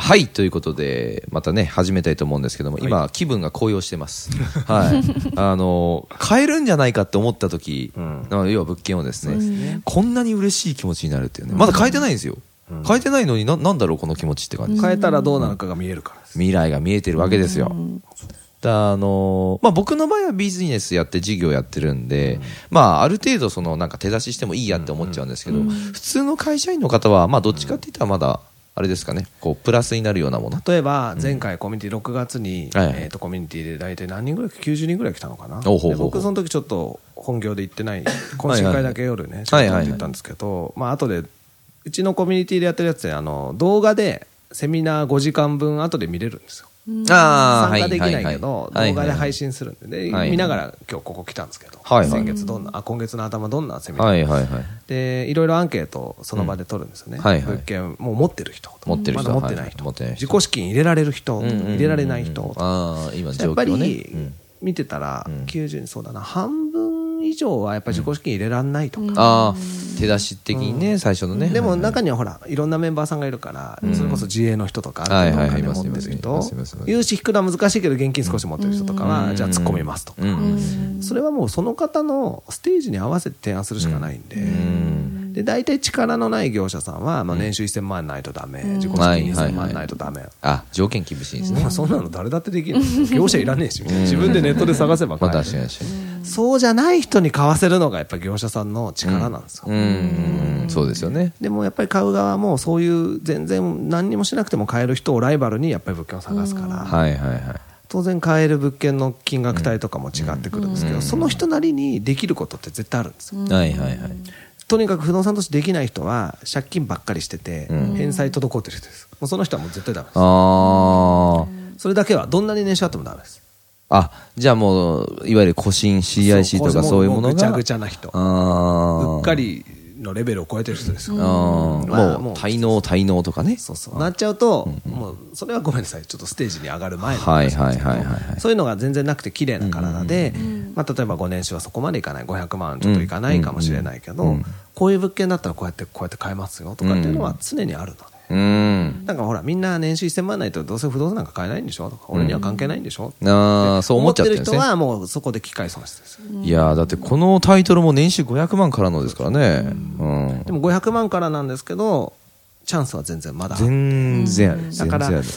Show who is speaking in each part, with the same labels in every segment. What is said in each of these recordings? Speaker 1: はいということでまたね始めたいと思うんですけども、今気分が高揚して ます、はい、あの買えるんじゃないかって思った時、あ要は物件をですねこんなに嬉しい気持ちになるっていうねまだ買えてないんですよ、買えてないのにななんだろうこの気持ちって感じ、
Speaker 2: 変えたらどうなるかが見えるからです
Speaker 1: 未来が見えてるわけですよ。だあのまあ、僕の場合はビジネスやって事業やってるんで、まあ、ある程度そのなんか手出ししてもいいやって思っちゃうんですけど、普通の会社員の方は、まあ、どっちかって言ったらまだあれですかねこうプラスになるようなもの
Speaker 2: 例えば前回コミュニティ6月に、
Speaker 1: はい
Speaker 2: えー、とコミュニティで大体何人ぐらい90人ぐらい来たのかな
Speaker 1: おうほうほう
Speaker 2: で僕その時ちょっと本業で行っ てない懇親会だけ夜ねちょ
Speaker 1: は
Speaker 2: っ
Speaker 1: いはいは
Speaker 2: と
Speaker 1: い
Speaker 2: 行ったんですけどまあ後でうちのコミュニティでやってるやつであの動画でセミナー5時間分後で見れるんですよ
Speaker 1: あー
Speaker 2: 参加できないけど動
Speaker 1: はいはいはい
Speaker 2: 画で配信するんでで
Speaker 1: はい
Speaker 2: 見ながら今日ここ来たんですけど
Speaker 1: はいはい
Speaker 2: 先月どんなあ今月の頭どんなセミナー
Speaker 1: はいはいはい
Speaker 2: でいろいろアンケートをその場で取るんですよね、
Speaker 1: うんはいはい
Speaker 2: 物件もう持ってる人
Speaker 1: 持ってる人
Speaker 2: まだ持ってない人,、
Speaker 1: はい持ってない人
Speaker 2: 自己資金入れられる人、
Speaker 1: うんうんうん
Speaker 2: 入れられない人、
Speaker 1: ああ今
Speaker 2: や
Speaker 1: 状
Speaker 2: っぱ
Speaker 1: 況
Speaker 2: り、
Speaker 1: ね
Speaker 2: 見てたら、90そうだな半分以上はやっぱり自己資金入れられないとか、
Speaker 1: ああ手出し的にね、最初のね
Speaker 2: でも中にはほらいろんなメンバーさんがいるから、それこそ自営の人とかあ
Speaker 1: はい
Speaker 2: る程
Speaker 1: は
Speaker 2: 度
Speaker 1: いは
Speaker 2: お
Speaker 1: い
Speaker 2: 金
Speaker 1: います
Speaker 2: 持ってる
Speaker 1: い
Speaker 2: 人
Speaker 1: ますいますいます
Speaker 2: 融資引くのは難しいけど現金少し持ってる人とかは、じゃあ突っ込みますとか、
Speaker 1: うんうん
Speaker 2: それはもうその方のステージに合わせて提案するしかないんで。
Speaker 1: うん
Speaker 2: で大体力のない業者さんは、まあ、年収1000万円ないとダメ、自己資金
Speaker 1: はいはいはい
Speaker 2: 2000万円ないとダメ、
Speaker 1: あ条件厳しいですね、
Speaker 2: まあそんなの誰だってできる業者いらねえしみたいな自分でネットで探せば
Speaker 1: まあ
Speaker 2: 買え
Speaker 1: 確
Speaker 2: る
Speaker 1: かに確かに
Speaker 2: そうじゃない人に買わせるのがやっぱ業者さんの力なんですよ、
Speaker 1: うんそうですよね
Speaker 2: でもやっぱり買う側もそういう全然何にもしなくても買える人をライバルにやっぱり物件を探すから、
Speaker 1: はいはいはい
Speaker 2: 当然買える物件の金額帯とかも違ってくるんですけど、その人なりにできることって絶対あるんですよ、
Speaker 1: はいはいはい。
Speaker 2: とにかく不動産投資できない人は借金ばっかりしてて、返済滞ってる人ですもうその人はもう絶対ダメです
Speaker 1: あ
Speaker 2: それだけはどんなに年収あってもダメです
Speaker 1: あ。あ、じゃあもう、いわゆる個人 CIC とかそういうものが。
Speaker 2: ぐちゃぐちゃな人
Speaker 1: あー
Speaker 2: うっか。りのレベルを超えてる人ですよ、
Speaker 1: あー
Speaker 2: まあ
Speaker 1: も
Speaker 2: も
Speaker 1: う、
Speaker 2: う
Speaker 1: 滞納、滞納とかね。
Speaker 2: そうそうなっちゃうと、もうそれはごめんなさいちょっとステージに上がる前の
Speaker 1: はい
Speaker 2: 話なん
Speaker 1: はい
Speaker 2: ですけど
Speaker 1: はいはいはい。
Speaker 2: そういうのが全然なくて綺麗な体で、まあ、例えば5年収はそこまでいかない500万ちょっといかないかもしれないけど、こういう物件だったらこうやってこうやって買えますよとかっていうのは常にあるので、
Speaker 1: うん。
Speaker 2: なんかほらみんな年収1000万ないとどうせ不動産なんか買えないんでしょとか俺には関係ないんでしょ、
Speaker 1: ああ、そう思っちゃってるんです
Speaker 2: 思
Speaker 1: ね
Speaker 2: ってる。人はもうそこで機械損失ですよ
Speaker 1: いやーだってこのタイトルも年収500万からのですからね。うん。
Speaker 2: でも500万からなんですけどチャンスは全然まだある
Speaker 1: 全然ある。
Speaker 2: だか
Speaker 1: 全
Speaker 2: ら
Speaker 1: 然ある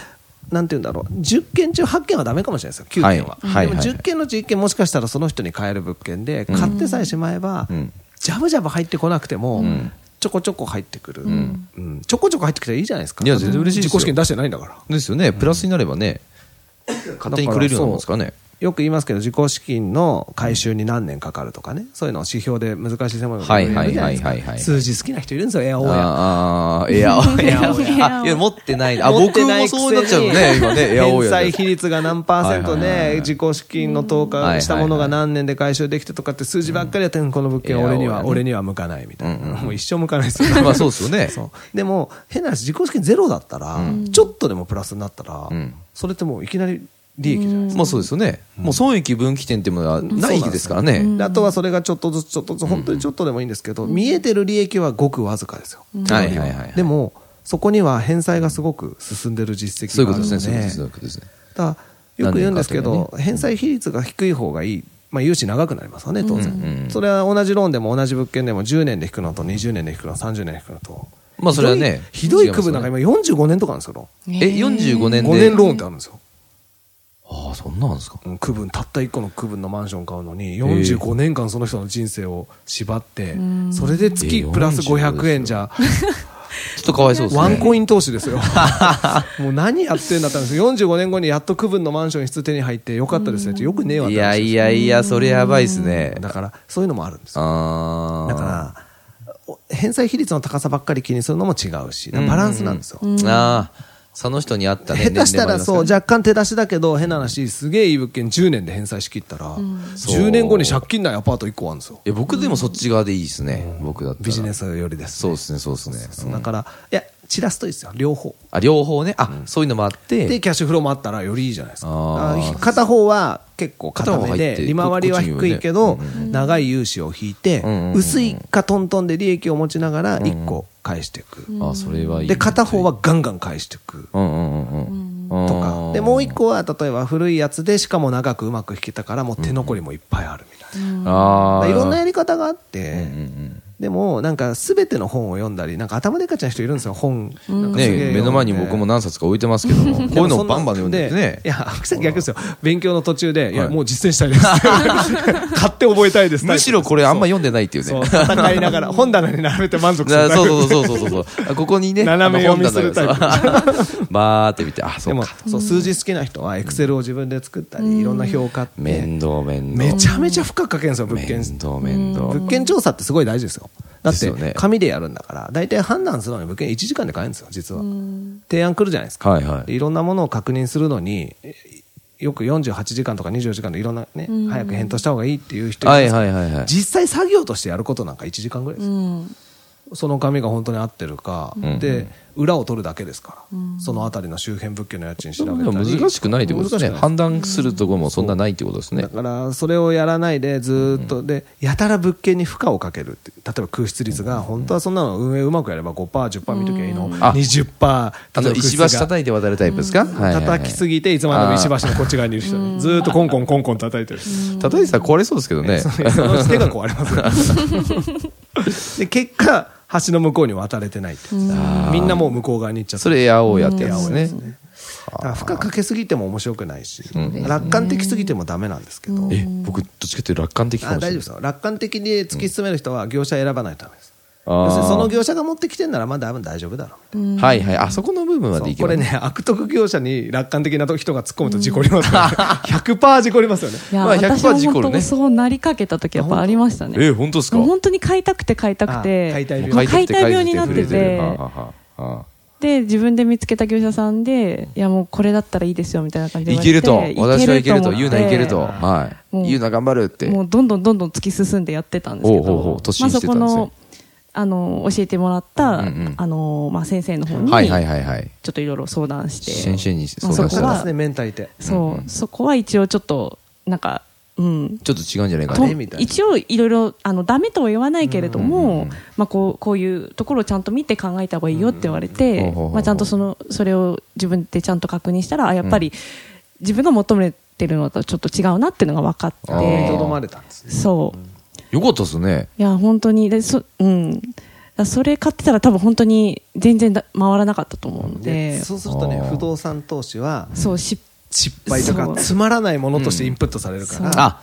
Speaker 2: なんて言うんだろう10件中8件はダメかもしれないですよ9件は、
Speaker 1: はい
Speaker 2: でも
Speaker 1: はい
Speaker 2: 10件のうち1件もしかしたらその人に買える物件で、買ってさえしまえば、
Speaker 1: ん
Speaker 2: ジャブジャブ入ってこなくても、ちょこちょこ入ってくる、うんちょこちょこ入ってきたらいいじゃないですか
Speaker 1: いや全然嬉しいですよ
Speaker 2: 自己資金出してないんだから
Speaker 1: ですよね。プラスになればね、勝手にくれるようなもんですからね。
Speaker 2: よく言いますけど自己資金の回収に何年かかるとかねそういうのを指標で難しい専門家がいるじゃないです
Speaker 1: はいはいはいはいは
Speaker 2: か
Speaker 1: い
Speaker 2: 数字好きな人いるんですよエアオーや
Speaker 1: あーあー、エ アオーエアオーあ、いや、持ってない。あ、僕もそうなっちゃう ね、今ね、エアオー
Speaker 2: 返
Speaker 1: エアで
Speaker 2: 済比率が何パーセント
Speaker 1: はいはいはいはい
Speaker 2: で自己資金の投下したものが何年で回収できてとかって数字ばっかりやってるこの物件
Speaker 1: うん
Speaker 2: 俺に
Speaker 1: いや
Speaker 2: は
Speaker 1: 俺
Speaker 2: 俺には向かないみたいなもう一生向かないですよ
Speaker 1: まあそうですよね。
Speaker 2: そうでも変な話自己資金ゼロだったらちょっとでもプラスになったら
Speaker 1: ん
Speaker 2: それってもういきなり利益じゃないですか
Speaker 1: まあそうですよね。もう損益分岐点っていうものはない益ですからね。
Speaker 2: であとはそれがちょっとずつちょっとずつ本当にちょっとでもいいんですけど、見えてる利益はごくわずかですよ、
Speaker 1: はいはいはいはい
Speaker 2: でもそこには返済がすごく進んでる実
Speaker 1: そうい
Speaker 2: 績
Speaker 1: うこ
Speaker 2: があ
Speaker 1: と
Speaker 2: る
Speaker 1: で
Speaker 2: の
Speaker 1: す
Speaker 2: で
Speaker 1: ね。そういうことですそういうことですね。
Speaker 2: だからよく言うんですけ
Speaker 1: 何年
Speaker 2: ど、
Speaker 1: か
Speaker 2: 返済比率が低い方がいい、まあ、融資長くなりますよね当然、それは同じローンでも同じ物件でも10年で引くのと20年で引くのと30年で引くのと
Speaker 1: まあそれはね
Speaker 2: ひどい
Speaker 1: 違い
Speaker 2: ひ
Speaker 1: ます
Speaker 2: どい区分なんか今45年とかなんですよロ
Speaker 1: え、45
Speaker 2: ー
Speaker 1: 年で。
Speaker 2: ン5年ローンってあるんですよ
Speaker 1: ああ、そんなんですか。
Speaker 2: うん区分たった1個の区分のマンション買うのに45年間その人の人生を縛ってそれで月プラス500円じゃ
Speaker 1: ちょっとかわいそうですね。
Speaker 2: ワンコ
Speaker 1: イン。
Speaker 2: イン投資ですよ もう何やってんだったんですよ45年後にやっと区分のマンション一室手に入ってよかったですねってよくねえわっ
Speaker 1: い
Speaker 2: て
Speaker 1: や
Speaker 2: 話
Speaker 1: いやいや、それやばいですね。
Speaker 2: だからそういうのもあるんですよ
Speaker 1: ああ。
Speaker 2: だからお返済比率の高さばっかり気にするのも違うしだからバランスなんですよ
Speaker 1: ああ。その人に合ったね。
Speaker 2: 下手したらそう、
Speaker 1: じゃ
Speaker 2: 若干手出しだけど、変な話、すげえいい物件10年で返済しきったら、10年後に借金ないアパート1個あるんですよ。
Speaker 1: え、僕でもそっち側でいいですね。僕だったら。
Speaker 2: ビジネ。スよりです、
Speaker 1: そうですね、そうですね。うん
Speaker 2: だから、いや、散らすといいですよ、両方。
Speaker 1: あ、両方ね。あ、そういうのもあって。
Speaker 2: で、キャッシュフローもあったらよりいいじゃないですか。
Speaker 1: あー
Speaker 2: あ片方は結構
Speaker 1: 片
Speaker 2: 固
Speaker 1: 方入
Speaker 2: め
Speaker 1: って
Speaker 2: で、利回りは低いけど、
Speaker 1: こっ
Speaker 2: 長い融資を引いて、
Speaker 1: んうんうん
Speaker 2: 薄いかトントンで利益を持ちながら、1個返していく。
Speaker 1: あ、それはいい。
Speaker 2: で、片方はガンガン返していく。
Speaker 1: うんうんうんうん。
Speaker 2: と
Speaker 1: あ
Speaker 2: か
Speaker 1: ー
Speaker 2: でもう一個は例えば古いやつでしかも長くうまく弾けたからもう手残りもいっぱいあるみたい
Speaker 1: あ
Speaker 2: な、だ
Speaker 1: あ。
Speaker 2: からいろんなや
Speaker 1: り
Speaker 2: り方があって、
Speaker 1: うん
Speaker 2: でもなんか全ての本を読んだりなんか頭でっかちな人いるんですよ本なんかすげえ読んで
Speaker 1: ね目の前に僕も何冊か置いてますけども、こういうのをバンバン読んでてね
Speaker 2: い。や、白さん逆ですよ。勉強の途中で、いや、
Speaker 1: はい
Speaker 2: もう実践したい です。買って覚えたいです。
Speaker 1: むしろこれあんま読んでないっていうね
Speaker 2: そう、。戦いながら、本棚に並べて満足す
Speaker 1: あ
Speaker 2: る。
Speaker 1: そうそうそうそうそうそうそう。あここにね、
Speaker 2: 斜め読み
Speaker 1: あの本棚がそう バーって見て、あ、そ
Speaker 2: で
Speaker 1: う
Speaker 2: も、
Speaker 1: か。
Speaker 2: そう、数字好きな人は、エクセルを自分で作ったり、いろんな表を買って、
Speaker 1: 面倒面倒。
Speaker 2: めちゃめちゃ深く書けるんですよ、物件
Speaker 1: 面倒面倒。
Speaker 2: 物件調査ってすごい大事ですよ。だっ
Speaker 1: です
Speaker 2: て
Speaker 1: よね、
Speaker 2: 紙でやるんだから、大体判断するのに物件1時間で買えるんですよ、実は。提案来るじゃないですか。
Speaker 1: はいはい
Speaker 2: でいろんなものを確認するのに、えよく48時間とか24時間でいろんなね、早く返答した方がいいっていう人
Speaker 1: はい
Speaker 2: るんで
Speaker 1: い
Speaker 2: すけど
Speaker 1: はいはいはい。
Speaker 2: 実際作業としてやることなんか1時間ぐらいですよ。
Speaker 3: うん
Speaker 2: その紙が本当に合ってるか、
Speaker 1: ん
Speaker 2: で、裏を取るだけですから、そのあたりの周辺物件の家賃調べたり。
Speaker 1: 難しくないってことですね。
Speaker 2: 難しくない
Speaker 1: 判断するところもそんなないってことですね
Speaker 2: だ。からそれをやらないでずーっと、でやたら物件に負荷をかけるって例えば空室率が本当はそんなの運営うまくやれば 5%10% 見ときゃいいの、
Speaker 1: あ
Speaker 2: 20%
Speaker 1: あの、石橋叩いて渡るタイプですかはいはいはい
Speaker 2: 叩きすぎていつまでも石橋のこっち側にいる人にずーっとコンコンコンコン叩いてる
Speaker 1: 叩いてたら壊れそうですけどね。
Speaker 2: そのうち手が壊れ ますよで結果橋の向こうに渡れてないってやつみんなもう向こう側に行っちゃって
Speaker 1: それエアオーやってやつですね。
Speaker 2: だから負荷かけすぎても面白くないし、楽観的すぎてもダメなんですけど、
Speaker 1: え、僕、どっちかっていうと楽観的か
Speaker 2: あ
Speaker 1: もしれな
Speaker 2: 大丈夫
Speaker 1: い
Speaker 2: で。すよ楽観的に突き進める人は業者選ばないとダメです、
Speaker 1: あー
Speaker 2: 要するにその業者が持ってきてんならまあ多分大丈夫だろうみ
Speaker 1: はいはい。あそこの部分ま
Speaker 2: たいな
Speaker 1: でいけ
Speaker 2: こ
Speaker 1: ば
Speaker 2: れね悪徳業者に楽観的な人が突っ込むと事故りますよね100%事故りま すよね
Speaker 4: いや、
Speaker 1: まあ
Speaker 4: 私
Speaker 1: 100%
Speaker 4: も
Speaker 1: 事故
Speaker 4: 本
Speaker 1: るね
Speaker 4: 当そうなりかけた時やっぱありましたね。
Speaker 1: え、本当ですか
Speaker 4: もう本当に買いたくて買いたくて
Speaker 2: あ解体
Speaker 4: もう
Speaker 2: 病
Speaker 4: 解体病になって
Speaker 1: 震える
Speaker 4: て
Speaker 1: はあはあはあ
Speaker 4: で自分で見つけた業者さんでいやもうこれだったらいいですよみたいな感じで
Speaker 1: いけると。
Speaker 4: 言われて
Speaker 1: 私はいけると。
Speaker 4: 思って
Speaker 1: 言うな、いけると。は
Speaker 4: もう
Speaker 1: い。言うな、頑張るって。
Speaker 4: もうどんどんどんどん突き進んでやってたんですけ
Speaker 1: お
Speaker 4: ど
Speaker 1: うおうおう突進してたんですね
Speaker 4: まあ、そこのあの教えてもらった、
Speaker 1: うんうん
Speaker 4: あのまあ、先生の方に、
Speaker 1: はいはいはいはい。
Speaker 4: ちょっといろいろ相談して
Speaker 1: 先生に相
Speaker 4: ま
Speaker 1: 談
Speaker 4: あ
Speaker 1: し
Speaker 4: そ
Speaker 1: た
Speaker 4: こ
Speaker 1: ら
Speaker 4: は
Speaker 2: そうですねメンタリテ
Speaker 4: そう、そこは一応ちょっとなんかうん
Speaker 1: ちょっと違うんじゃないか
Speaker 4: と
Speaker 1: ね。
Speaker 2: ねみたいな
Speaker 4: 一応いろいろあのダメとは言わないけれども、まあこうこういうところをちゃんと見て考えた方がいいよって言われ
Speaker 1: うんうん
Speaker 4: て
Speaker 1: ほうほうほう、ほう
Speaker 4: まあちゃんとそのそれを自分でちゃんと確認したらあやっぱり自分が求めてるのとちょっと違うなっていうのが分かっ
Speaker 1: あ
Speaker 2: 踏み
Speaker 1: ー
Speaker 2: と
Speaker 4: て、
Speaker 2: どまれたんですね
Speaker 4: そう
Speaker 1: よかったですね。
Speaker 4: いや本当にでそうん。だそれ買ってたら多分本当に全然だ回らなかったと思うの
Speaker 2: で
Speaker 4: で、
Speaker 2: そうするとね
Speaker 1: あー
Speaker 2: 不動産投資は
Speaker 4: そう失
Speaker 2: 失敗と
Speaker 4: そ
Speaker 2: か
Speaker 4: う
Speaker 2: つまらないものとしてインプットされるから、
Speaker 4: そう
Speaker 1: あ、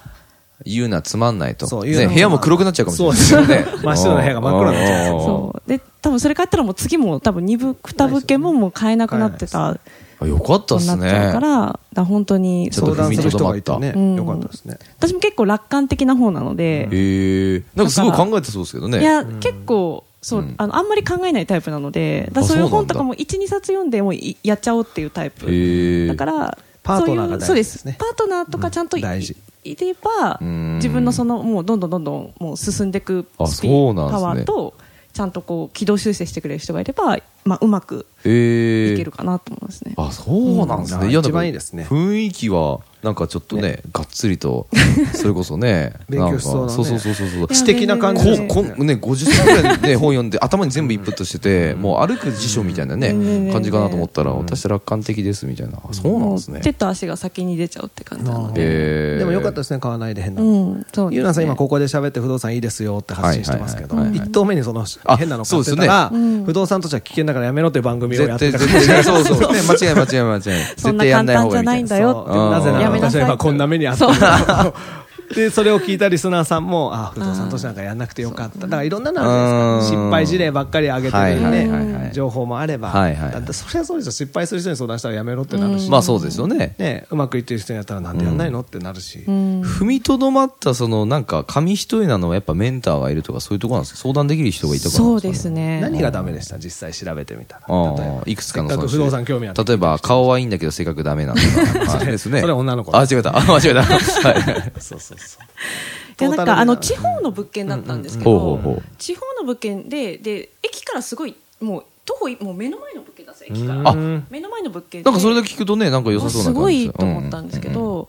Speaker 1: 言うな、つまんないと。
Speaker 2: そう言うな
Speaker 1: ね、部屋も黒くなっちゃうかもしれないですよね
Speaker 2: そう。真っ白な部屋が真っ黒になっちゃう
Speaker 1: おーおーおー
Speaker 4: そうで多分それ買ったらもう次も多分2部2部件ももう買えなくなってた
Speaker 1: あよかった
Speaker 4: こ
Speaker 1: っ
Speaker 4: とに
Speaker 1: す
Speaker 4: なっちゃう
Speaker 1: ね
Speaker 4: か。らだから本当に
Speaker 1: ちょっと
Speaker 2: 相談する人がいてね、
Speaker 4: うん
Speaker 2: よかったですね
Speaker 4: 私も結構楽観的な方なので、
Speaker 1: へえ。なんかすごい考えてそうですけどね。
Speaker 4: いや、結構そう、
Speaker 1: うん
Speaker 4: あのあんまり考えないタイプなのでだ
Speaker 1: あ
Speaker 4: そうい
Speaker 1: そううなん
Speaker 4: 本
Speaker 1: だ
Speaker 4: とかも12冊読んでもういやっちゃおうっていうタイプ
Speaker 1: へえ。
Speaker 4: だから
Speaker 2: パートナーが
Speaker 4: そうい
Speaker 2: 大事
Speaker 4: うそうで
Speaker 2: です
Speaker 4: す
Speaker 2: ね
Speaker 4: パートナーとかちゃんとい,、
Speaker 2: うん大事
Speaker 4: いれば
Speaker 1: うん
Speaker 4: 自分のそのもうどんどんどんどんもう進んでいく
Speaker 1: あ
Speaker 4: スピー
Speaker 1: そうなんですね
Speaker 4: パワーとちゃんとこう軌道修正してくれる人がいれば、まあ、うまく
Speaker 1: へえ。
Speaker 4: いけるかなと思いますね。
Speaker 1: あ、そうなんです
Speaker 2: う
Speaker 1: ね。
Speaker 2: ん
Speaker 1: いやなん
Speaker 2: 一
Speaker 1: か
Speaker 2: 番いいですね
Speaker 1: 雰囲気は、なんかちょっとね、がっつりと、それこそね、
Speaker 2: 勉強しそうなね
Speaker 1: なんかそうそうそうそうそう。
Speaker 4: いや
Speaker 2: 知的な感じです
Speaker 4: 全然
Speaker 1: ここね、50歳ぐらいで本読んで、頭に全部インプットしてて、もう歩く辞書みたいな
Speaker 4: うん全
Speaker 1: ね、
Speaker 4: 然
Speaker 1: 感じかなと思ったら、私楽観的ですみたいな。あそうなんです
Speaker 4: も
Speaker 1: ね
Speaker 4: う。手と足が先に出ちゃうって感じなので、
Speaker 1: へー
Speaker 2: でもよかったですね買わないで変な、
Speaker 4: うん、そうですね
Speaker 2: ゆうなさん、今ここで喋って不動産いいですよって発信してますけど
Speaker 1: はいはい、はいはい
Speaker 2: 一投目にその
Speaker 1: あ
Speaker 2: 変なの買ってたら、
Speaker 4: そうですねうん
Speaker 2: 不動産としては危険だからやめろっていう番組をや
Speaker 1: 絶
Speaker 2: っ
Speaker 1: 対、
Speaker 2: てたから、
Speaker 1: 絶対、そう そう。ね間違い間違い間違い。絶
Speaker 4: そんな
Speaker 1: 対やんない
Speaker 4: 簡
Speaker 1: 方
Speaker 4: 単じ
Speaker 1: がい
Speaker 4: ゃ
Speaker 1: いみた
Speaker 4: な
Speaker 1: いな。
Speaker 4: いんだよ
Speaker 2: そうでもなぜな
Speaker 4: や
Speaker 2: ら
Speaker 4: めな
Speaker 2: 私
Speaker 4: さい
Speaker 2: は今こんな目にあったんだ でそれを聞いたリスナーさんもあ不動産投資なんかやんなくてよかっただからいろんなのあるじゃないですか
Speaker 1: うん
Speaker 2: 失敗事例ばっかり上げて
Speaker 1: はい
Speaker 2: る
Speaker 1: は
Speaker 2: ね
Speaker 1: いはいはい
Speaker 2: 情報もあれば、
Speaker 1: はいはい
Speaker 2: だってそれはそうですよ失敗する人に相談したらやめろってなるし、
Speaker 1: まあそうですよね。
Speaker 2: ね、うまくいってる人にやったらなんでやんないの、ってなるし、
Speaker 4: うん
Speaker 1: 踏みとどまった、その、なんか、紙一重なのはやっぱメンターがいるとか、そういうところなんですか相談できる人がいたから
Speaker 4: そ
Speaker 1: なん
Speaker 4: う
Speaker 1: かね
Speaker 4: です。ね。
Speaker 2: 何がダメでした実際調べてみたら
Speaker 1: あ
Speaker 2: 例え
Speaker 1: あ、
Speaker 2: ば
Speaker 1: いくつかの
Speaker 2: せっ
Speaker 1: そ
Speaker 2: か
Speaker 1: の
Speaker 2: く不動産興味あって
Speaker 1: 例えば、顔はいいんだけど性格ダメなのと か。はいですね。
Speaker 2: それ女の子
Speaker 1: あ、違った。あ、間違えた。 はい。
Speaker 2: そうそうそう
Speaker 4: いやな
Speaker 2: トータル
Speaker 4: んか
Speaker 2: で
Speaker 4: あの地方の物件だったんですけ
Speaker 1: うんうんうんほうほうほ
Speaker 4: ど
Speaker 1: う、
Speaker 4: 地方の物件でで駅からすごいもう徒歩いもう目の前の物件だぜ駅から
Speaker 2: あ
Speaker 1: あ
Speaker 4: 目の前の物件で
Speaker 1: なんかそれだけ聞くとね、なんか良さそうな感
Speaker 4: す
Speaker 1: じ
Speaker 4: ご
Speaker 1: です
Speaker 4: い
Speaker 1: よ
Speaker 4: と思ったんですけ
Speaker 1: ううう
Speaker 4: ど、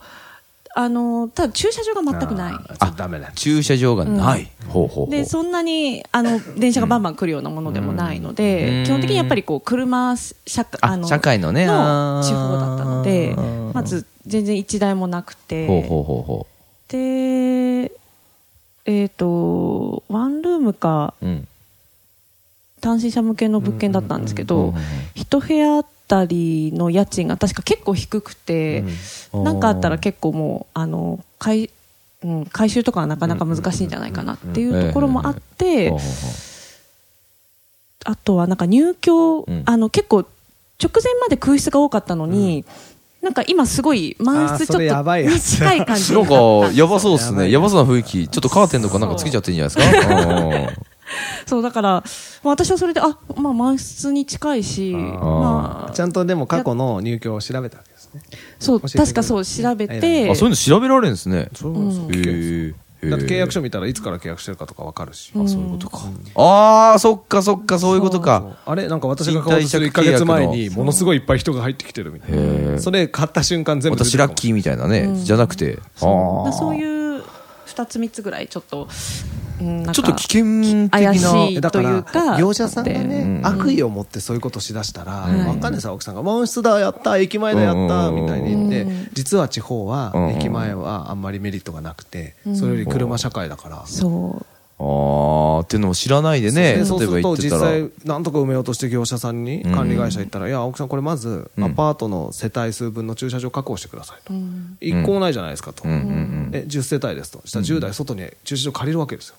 Speaker 4: あのただ駐車場が全くない。
Speaker 2: あダメだ
Speaker 1: 駐車場がない。ほうほうほう。
Speaker 4: でそんなにあの電車がバンバン来るようなものでもないので、
Speaker 1: うん
Speaker 4: 基本的にやっぱりこう車社会
Speaker 1: あ社会のねあー
Speaker 4: 地方だったので
Speaker 1: うん
Speaker 4: まず全然一台もなくて
Speaker 1: ほうほうほうほ
Speaker 4: でえっ、とワンルームか
Speaker 1: う。うん。
Speaker 4: 単身者向けの物件だったんですけ
Speaker 1: うんうん
Speaker 4: ど
Speaker 1: うんうん
Speaker 4: 一部屋あたりの家賃が確か結構低くて
Speaker 1: うん
Speaker 4: 何、なん、かあったら結構もうあの回,、うん、回収とかはなかなか難しいんじゃないかなっていうところもあって、
Speaker 1: ほうほうほう
Speaker 4: あとはなんか入居、
Speaker 1: うん
Speaker 4: あの結構直前まで空室が多かったのに、なんか今すごい満
Speaker 2: あー
Speaker 4: 室ち
Speaker 2: それ
Speaker 4: ょ
Speaker 2: や
Speaker 4: っ
Speaker 2: ば
Speaker 4: と
Speaker 2: い
Speaker 4: に
Speaker 2: やつ
Speaker 4: 近い感じ
Speaker 1: なんか、やばそうで
Speaker 2: うですす
Speaker 1: ね。
Speaker 2: ね
Speaker 1: やばそうな雰囲気。ちょっとカーテンとかなんかつけちゃっていいんじゃないですかうん
Speaker 4: そうだから、まあ私はそれであ、まあ、満室に近いしまあ、
Speaker 2: ちゃんとでも過去の入居を調べたわけですね
Speaker 4: そう
Speaker 2: 教えてくれる
Speaker 4: 確かそう調べ
Speaker 2: え
Speaker 4: て
Speaker 1: あ、そういうの調べられるんですね。
Speaker 2: そう
Speaker 1: へーへー
Speaker 2: だって契約書見たらいつから契約してるかとかわかるし、あそういうことか
Speaker 1: ああ、そっかそっか、そういうことか。
Speaker 2: あれなんか私が買おうとする1か月前にものすごいいっぱい人が入ってきてるみたい
Speaker 1: へえ
Speaker 2: なそれ買った瞬間全部出て
Speaker 1: 私
Speaker 2: くる
Speaker 1: ラッ
Speaker 2: かも
Speaker 1: キーみたいなね、じゃなくて。
Speaker 4: そう
Speaker 1: あー
Speaker 4: だそういう2つ3つぐらいちょっと、うん、なんか
Speaker 1: ちょっと危険的
Speaker 4: 怪し
Speaker 1: な。
Speaker 4: い
Speaker 2: だか
Speaker 4: というから
Speaker 2: 業者さんが
Speaker 1: う
Speaker 2: ね
Speaker 1: ん
Speaker 2: 悪意を持ってそういうことしだしたら
Speaker 1: うん
Speaker 2: わかんないですよ奥さんが「満室だやった駅前だやった」
Speaker 1: うん
Speaker 2: みたいに言って
Speaker 4: うん
Speaker 2: 実は地方は
Speaker 1: うん
Speaker 2: 駅前はあんまりメリットがなくてそれより車社会だから
Speaker 4: そう
Speaker 1: あーっていうのを知らないでね、
Speaker 2: でそう
Speaker 1: 例え
Speaker 2: す
Speaker 1: ば言
Speaker 2: ると
Speaker 1: ってた
Speaker 2: 実
Speaker 1: ら。
Speaker 2: 際なんとか埋めようとして業者さんに管理会社行ったら「いや奥さんこれまず
Speaker 1: うん
Speaker 2: アパートの世帯数分の駐車場確保してください」と
Speaker 4: うん
Speaker 2: 「一個もないじゃないですか」と
Speaker 1: うんうんうん。
Speaker 2: え10世帯ですとしたら10台外に駐車場借りるわけですよ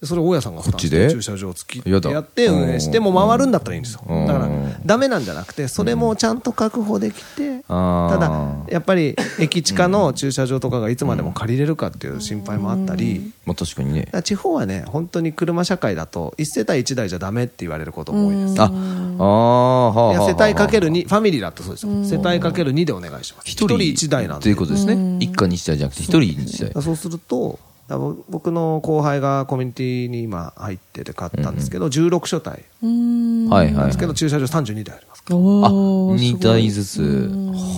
Speaker 2: でそれを大家さんが負担して
Speaker 1: こっちで
Speaker 2: 駐車場を付き
Speaker 1: やだ
Speaker 2: やって運営して
Speaker 1: うん
Speaker 2: もう回るんだったらいいんですよ
Speaker 1: うん
Speaker 2: だからダメなんじゃなくてそれもちゃんと確保できて
Speaker 1: あー
Speaker 2: ただやっぱり駅地下の駐車場とかがいつまでも借りれるかっていう心配もあったり
Speaker 1: まあ確かにね
Speaker 2: だか。ら地方はね本当に車社会だと1世帯1台じゃダメって言われることも多いです
Speaker 1: あ、あーはあはあ
Speaker 2: いや
Speaker 1: はあ。
Speaker 2: 世帯かける2ファミリーだとそうですよ世帯かける2でお願いします1人1台なん
Speaker 1: とい
Speaker 2: で
Speaker 1: うことですね。一家に一台じゃなくて、一人に一台
Speaker 2: だか。らそうするとだから僕の後輩がコミュニティに今入ってて買ったんですけど、16所帯
Speaker 4: うん
Speaker 1: はいはい
Speaker 2: なん
Speaker 1: は
Speaker 2: ですけ
Speaker 1: い。
Speaker 2: ど、駐車場32台ありますか
Speaker 1: あ、
Speaker 4: おー
Speaker 1: 2
Speaker 4: すごい
Speaker 1: 台ずつ。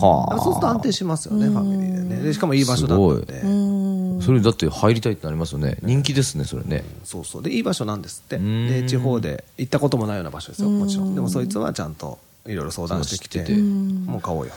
Speaker 1: は
Speaker 2: らだからそうすると安定しますよねファミリーでねでしかもいい場所だったんで
Speaker 4: うん
Speaker 1: あ。それだって入りたいってなりますよね。人気ですね、それね。
Speaker 2: そうそうでいい場所なんですって
Speaker 1: ん
Speaker 2: で地方で行ったこともないような場所ですよもちろんでもそいつはちゃんといろいろ相談してきて
Speaker 1: そう知ってて
Speaker 2: もう買おうよ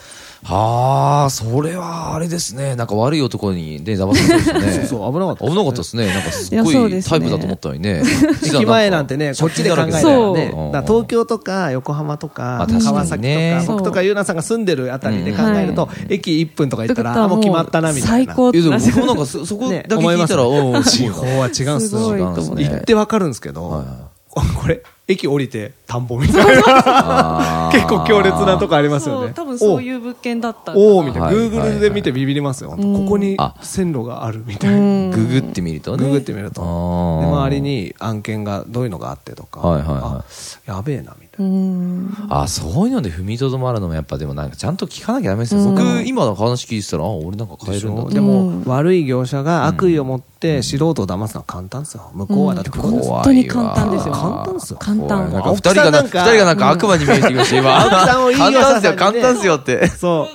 Speaker 1: はあ、それはあれですね。なんか悪い男にね、騙されてるね。
Speaker 2: そうそう危なかった
Speaker 1: 危なかったですね。なんかすっご
Speaker 4: いやそう
Speaker 1: い
Speaker 4: です
Speaker 1: タ
Speaker 4: ね
Speaker 1: イプだと思ったのに ね。
Speaker 2: 駅前なんてね、こっちで考えたら
Speaker 4: そう
Speaker 2: ね、だから東京とか横浜と
Speaker 1: まあ
Speaker 2: か、
Speaker 1: 確かにね
Speaker 2: 川崎とか、僕とかゆうなさんが住んでるあたりで考えると、駅1分とか行ったら、あ、もう決まったなみたいな。
Speaker 4: 最高
Speaker 1: いやでも僕もなんかそそこだ
Speaker 2: ね
Speaker 1: け
Speaker 2: 思い
Speaker 1: 聞い
Speaker 2: ま
Speaker 1: た
Speaker 2: す
Speaker 1: ら、 おうおう
Speaker 2: 地方は違うんす
Speaker 4: すご
Speaker 2: よ。
Speaker 4: い
Speaker 1: 違う
Speaker 4: と思う
Speaker 1: んすね
Speaker 2: 行ってわかるんですけ
Speaker 1: はい
Speaker 2: ど
Speaker 1: は、
Speaker 2: ここれ、駅降りて田んぼみたいな、結構強烈なとこありますよ
Speaker 4: そう
Speaker 2: ね。
Speaker 4: 多分そういう物件だったんだ
Speaker 2: おおみたいな。
Speaker 1: はいはいはい
Speaker 2: Google で見てビビりますよ。ここに
Speaker 1: あ
Speaker 2: 線路があるみたいな。
Speaker 1: ググってみるとね。
Speaker 2: ググってみると。
Speaker 1: あ
Speaker 2: で、
Speaker 1: ー
Speaker 2: 周りに案件がどういうのがあってとか、
Speaker 1: はいはいはい
Speaker 2: あやべえなみたいな。
Speaker 4: うん
Speaker 1: あそういうので踏みとどまるのもやっぱでもなんかちゃんと聞かなきゃダメですね、僕今の話聞いてたらあ俺なんか買え
Speaker 2: で
Speaker 1: るんだと
Speaker 2: も、悪い業者が悪意を持って素人を騙すのは簡単ですよ向こうはだってプロです
Speaker 1: 怖い
Speaker 2: よ、
Speaker 1: わ
Speaker 4: 本当に簡単ですよ
Speaker 2: 簡単っすよ
Speaker 4: 簡
Speaker 1: 怖いなん
Speaker 4: 単
Speaker 1: か二人がな二
Speaker 2: 奥さんなんか
Speaker 1: 人がなんか悪魔に見えてきました今
Speaker 2: 奥さんをいいよ
Speaker 1: 簡単っすよ
Speaker 2: さすが
Speaker 1: 簡
Speaker 2: にね
Speaker 1: 単っすよって
Speaker 2: そう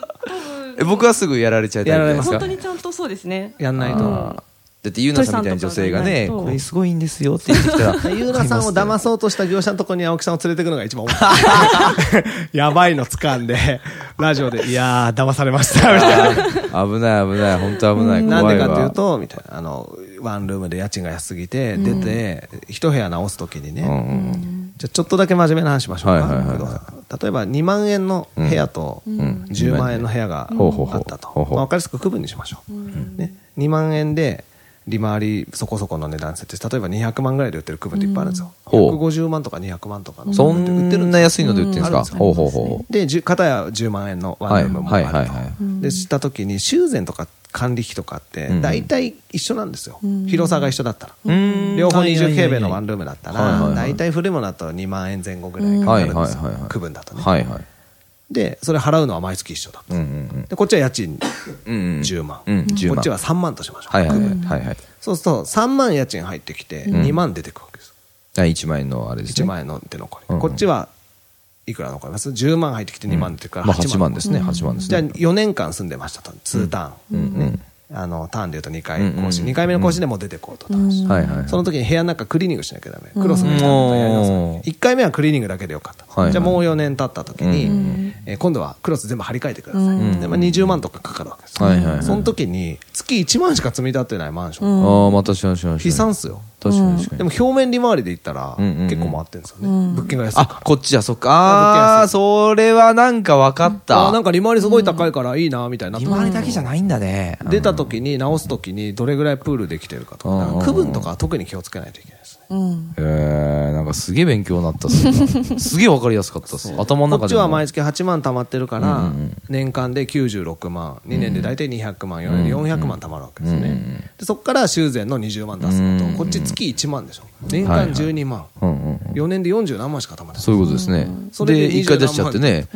Speaker 1: え僕はすぐやられちゃうタイプじゃないですか
Speaker 4: 本当にちゃんとそうですね
Speaker 2: やんないと
Speaker 1: あ ーだってゆうなさんみたいな女性がね
Speaker 4: トイさんとかがいないと
Speaker 1: これすごいんですよって言ってきた ら
Speaker 2: ゆうなさんを騙そうとした業者のとこに青木さんを連れてくのが一番多い やばいの掴んでラジオで「いやー騙されました」みたい
Speaker 1: 危な
Speaker 2: な。
Speaker 1: い危ない本当危ない
Speaker 2: なん
Speaker 1: 怖い
Speaker 2: で
Speaker 1: わ
Speaker 2: かというと、みたいな、あの、ワンルームで家賃が安すぎて、出て、一部屋直すときにね、
Speaker 1: うんうん
Speaker 2: じゃあちょっとだけ真面目な話しましょうか、
Speaker 1: はいはいはいは
Speaker 2: 例えば2万円の部屋と
Speaker 1: ん
Speaker 2: 10万円の部屋が
Speaker 1: ほうほうほう
Speaker 2: あったと、
Speaker 1: ほうほう
Speaker 2: まあ、分かりやすく区分にしましょう、ね、 2万円で利回りそこそこの値段設定して例えば200万ぐらいで売ってる区分っていっぱいあるんですよ、
Speaker 1: うんほう
Speaker 2: 150万とか200万とかの
Speaker 1: そんな安いので売ってるんです
Speaker 2: うんあるん
Speaker 1: か
Speaker 2: です
Speaker 1: ほうほうほう
Speaker 2: でじゅ片や10万円のワンルームもあると、
Speaker 1: はいはいはいはい
Speaker 2: でした時に修繕とか管理費とかって
Speaker 1: うん
Speaker 2: 大体一緒なんですよ、広さが一緒だったら、
Speaker 1: うん
Speaker 2: 両方20平米のワンルームだった
Speaker 1: はいはいは
Speaker 2: ら
Speaker 1: い
Speaker 2: 大体古いものだと2万円前後ぐらいかかるんですよ、
Speaker 1: はいはいはいはい
Speaker 2: 区分だとね、
Speaker 1: はいはい
Speaker 2: でそれ払うのは毎月一緒だった、
Speaker 1: うんうん
Speaker 2: でこっちは家賃
Speaker 1: うんうんうん
Speaker 2: 10万、
Speaker 1: うん10万
Speaker 2: こっちは3万としましょう、
Speaker 1: はいはい
Speaker 2: 区
Speaker 1: はい
Speaker 2: 分
Speaker 1: はいはい
Speaker 2: そうすると3万家賃入ってきて2万出てくるわけです、
Speaker 1: はい1万円のあれです
Speaker 2: 1
Speaker 1: ね
Speaker 2: 万円の手残り、
Speaker 1: うん
Speaker 2: こっちはいくら残ります10万入ってきて2万出てくる
Speaker 1: ま
Speaker 2: か
Speaker 1: あ
Speaker 2: ら
Speaker 1: 8万ですね8万です
Speaker 2: じゃあ
Speaker 1: ね
Speaker 2: 4年間住んでましたと2ターン、
Speaker 1: うん
Speaker 2: あのターンでいうと2
Speaker 1: うん
Speaker 2: 回
Speaker 1: うんうん
Speaker 2: 更新、2回目の更新でもう出てこうとターンして
Speaker 1: うんはいはいはい
Speaker 2: その時に部屋の中クリーニングしなきゃダメクロスの時間とやり直す
Speaker 1: うん
Speaker 2: 1回目はクリーニングだけでよかった、
Speaker 1: はいはい
Speaker 2: じゃあもう4年経った時に、
Speaker 1: う
Speaker 2: えー今度はクロス全部張り替えてください、
Speaker 1: ん
Speaker 2: でまあ、20万とかかかるわけですよ、
Speaker 1: はいはいはい
Speaker 2: その時に月1万しか積み立ってないマンション、
Speaker 1: ああまあ確かに確かに
Speaker 2: 悲惨っすよ
Speaker 1: 確かに確かに
Speaker 2: でも表面利回りで言ったら
Speaker 1: うんうんうん
Speaker 2: 結構回ってるんですよね、物件が安いから
Speaker 1: あ、こっちじゃ、そっか。ああー、それはなんか分かった。
Speaker 2: あなんか利回りすごい高いからいいなみたいになった
Speaker 1: 今あれだけじゃないんだね。
Speaker 2: 出た時に直す時にどれぐらいプールできてるかとか
Speaker 1: うん
Speaker 2: なんか区分とかは特に気をつけないといけないですね
Speaker 1: えー、なんかすげえ勉強になったっ す。すげえ分かりやすかったっす。頭の中で。
Speaker 2: こっちは毎月8万貯まってるか
Speaker 1: うんう
Speaker 2: ら
Speaker 1: んうん
Speaker 2: 年間で96万2年で大体200万4年で400万貯まるわけです
Speaker 1: うんう
Speaker 2: ね
Speaker 1: ん
Speaker 2: でそこから修繕の20万出す
Speaker 1: うん
Speaker 2: の
Speaker 1: うん
Speaker 2: とこっち月1万でしょ年間12万
Speaker 1: うんうんうん。
Speaker 2: 4年で40何万しか貯まって
Speaker 1: そういうことですね。で、一回出しちゃってね。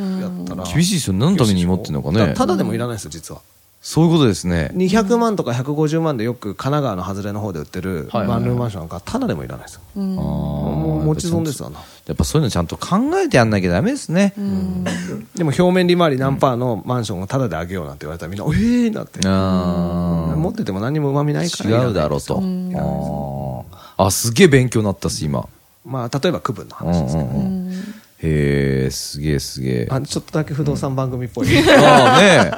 Speaker 1: 厳しいですよ。何のために持ってんのかね。
Speaker 2: ただでもいらないですよ実は
Speaker 1: そういうことですね。
Speaker 2: 200万とか150万でよく神奈川の外れの方で売ってるワンルームマンションなんかただでもいらないですよ
Speaker 1: あー
Speaker 2: もう持ち損ですわな
Speaker 1: やっぱそういうのちゃんと考えてやんなきゃダメですね。
Speaker 2: でも表面利回り何パーのマンションをタダであげようなんて言われたらみんな「ええ!」なって
Speaker 1: あ
Speaker 2: 持ってても何にもうまみないからいらな
Speaker 1: ー
Speaker 2: い
Speaker 1: 違うだろうと。あーあ、すげえ勉強になったっす、今。
Speaker 2: まあ例えば区分の
Speaker 1: うんう
Speaker 2: 話ですけど
Speaker 1: んうんへえ、すげえすげえ。
Speaker 2: あちょっとだけ不動産番組っぽい
Speaker 1: あ あね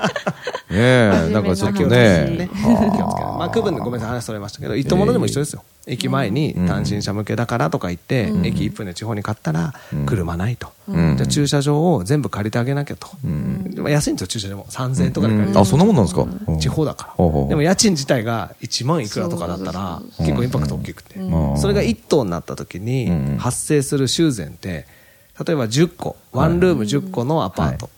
Speaker 1: え。ねえ。なんかちょっとね。
Speaker 2: 気をつけて まあ区分でごめんなさい話それましたけど行ったものでも一緒ですよ駅前に単身者向けだからとか言って、駅1分で地方に買ったら車ないと、
Speaker 1: うん
Speaker 2: じゃあ駐車場を全部借りてあげなきゃと、でも安いんですよ駐車場も3000円とかで借りて
Speaker 1: あ、そんなもんなんですか
Speaker 2: 地方だか
Speaker 1: ほうほうほ
Speaker 2: ら
Speaker 1: う
Speaker 2: でも家賃自体が1万いくらとかだったら結構インパクト大きくて
Speaker 1: ん
Speaker 2: それが1棟になった時
Speaker 1: うん
Speaker 2: に発生する修繕って例えば10個ワンルーム10個のアパート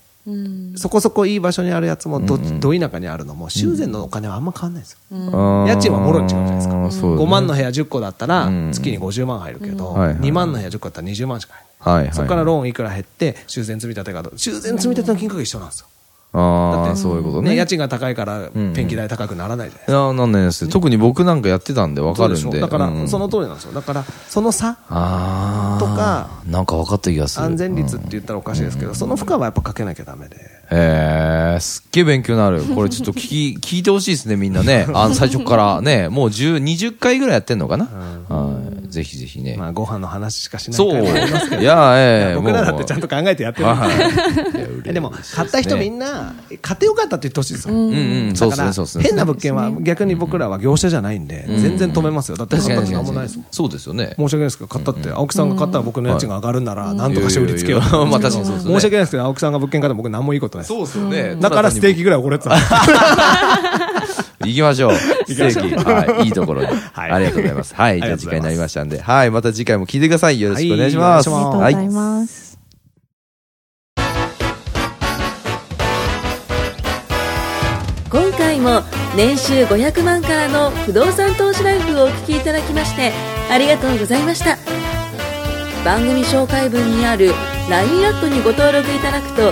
Speaker 2: そこそこいい場所にあるやつもどど田舎にあだのも修繕のお金はあんま変わんないですよ家賃はもろに違うじゃないですか5
Speaker 1: 5
Speaker 2: 万の部屋10個だったら
Speaker 1: ん
Speaker 2: 月に50万入るけど
Speaker 1: はいはい
Speaker 2: 2万の部屋10個だったら20万しか入る
Speaker 1: はい。
Speaker 2: そこから
Speaker 1: ロ
Speaker 2: ローンいくら減って修繕積み立てがどう修繕積み立ての金額が一緒なんですよ
Speaker 1: ーン。ああ、そういうこと
Speaker 2: ね
Speaker 1: ね。
Speaker 2: 家賃が高いからペンキ代高くならないじゃないですか
Speaker 1: いや、なんないです。特に僕なんかやってたんでわかるん
Speaker 2: そう
Speaker 1: で。
Speaker 2: しょだから、
Speaker 1: うん
Speaker 2: その通りなんですよだからその差
Speaker 1: ああ。
Speaker 2: とか
Speaker 1: なんか分かった気がする。
Speaker 2: 安全率って言ったらおかしいですけど、その負荷はやっぱかけなきゃダメで
Speaker 1: へえ、すっげえ勉強になる。これちょっと聞き、聞 いてほしいですね、みんなね。あの、最初からね、もう10、20回ぐらいやってんのかな。はい。ぜひぜひね。
Speaker 2: まあご飯の話しかしない
Speaker 1: そう。
Speaker 2: 回もありますけど
Speaker 1: いや、ええ、
Speaker 2: 僕らだってちゃんと考えてやってるんで
Speaker 1: はい。
Speaker 2: でも買った人みんな買ってよかったって言ってほしいですよ、
Speaker 1: うんうん、そうで
Speaker 2: だか
Speaker 1: す
Speaker 2: ら
Speaker 1: ね、そうですね。
Speaker 2: 変な物件は逆に僕らは業者じゃないんで、全然止めますよだって
Speaker 1: 確
Speaker 2: 買
Speaker 1: か
Speaker 2: っ
Speaker 1: に
Speaker 2: たって何
Speaker 1: 確
Speaker 2: も
Speaker 1: か
Speaker 2: な
Speaker 1: に
Speaker 2: いですもん
Speaker 1: そうですよね。
Speaker 2: 申し訳ないですけど買ったって青木さんが買ったら僕の家賃が上がるならなんとかして売りつけよう
Speaker 1: いやいやいやまあ確かにそうですね
Speaker 2: 申し訳ないですけど青木さんが物件買ったら僕何もいいことないです
Speaker 1: うですよね
Speaker 2: だからステーキぐらいおごれってたんです
Speaker 1: 行きましょう。ステーキ。はい、いいところに。
Speaker 2: い
Speaker 1: ありがとうございます。はい、じゃあ
Speaker 2: ありがとうございます
Speaker 1: 次回になりましたんで。はい、また次回も聞いてください。よろしくお願いします。
Speaker 2: はいお願
Speaker 4: ありがとうございます。
Speaker 3: 今回も年収500万からの不動産投資ライフをお聞きいただきましてありがとうございました番組紹介文にある LINE アップにご登録いただくと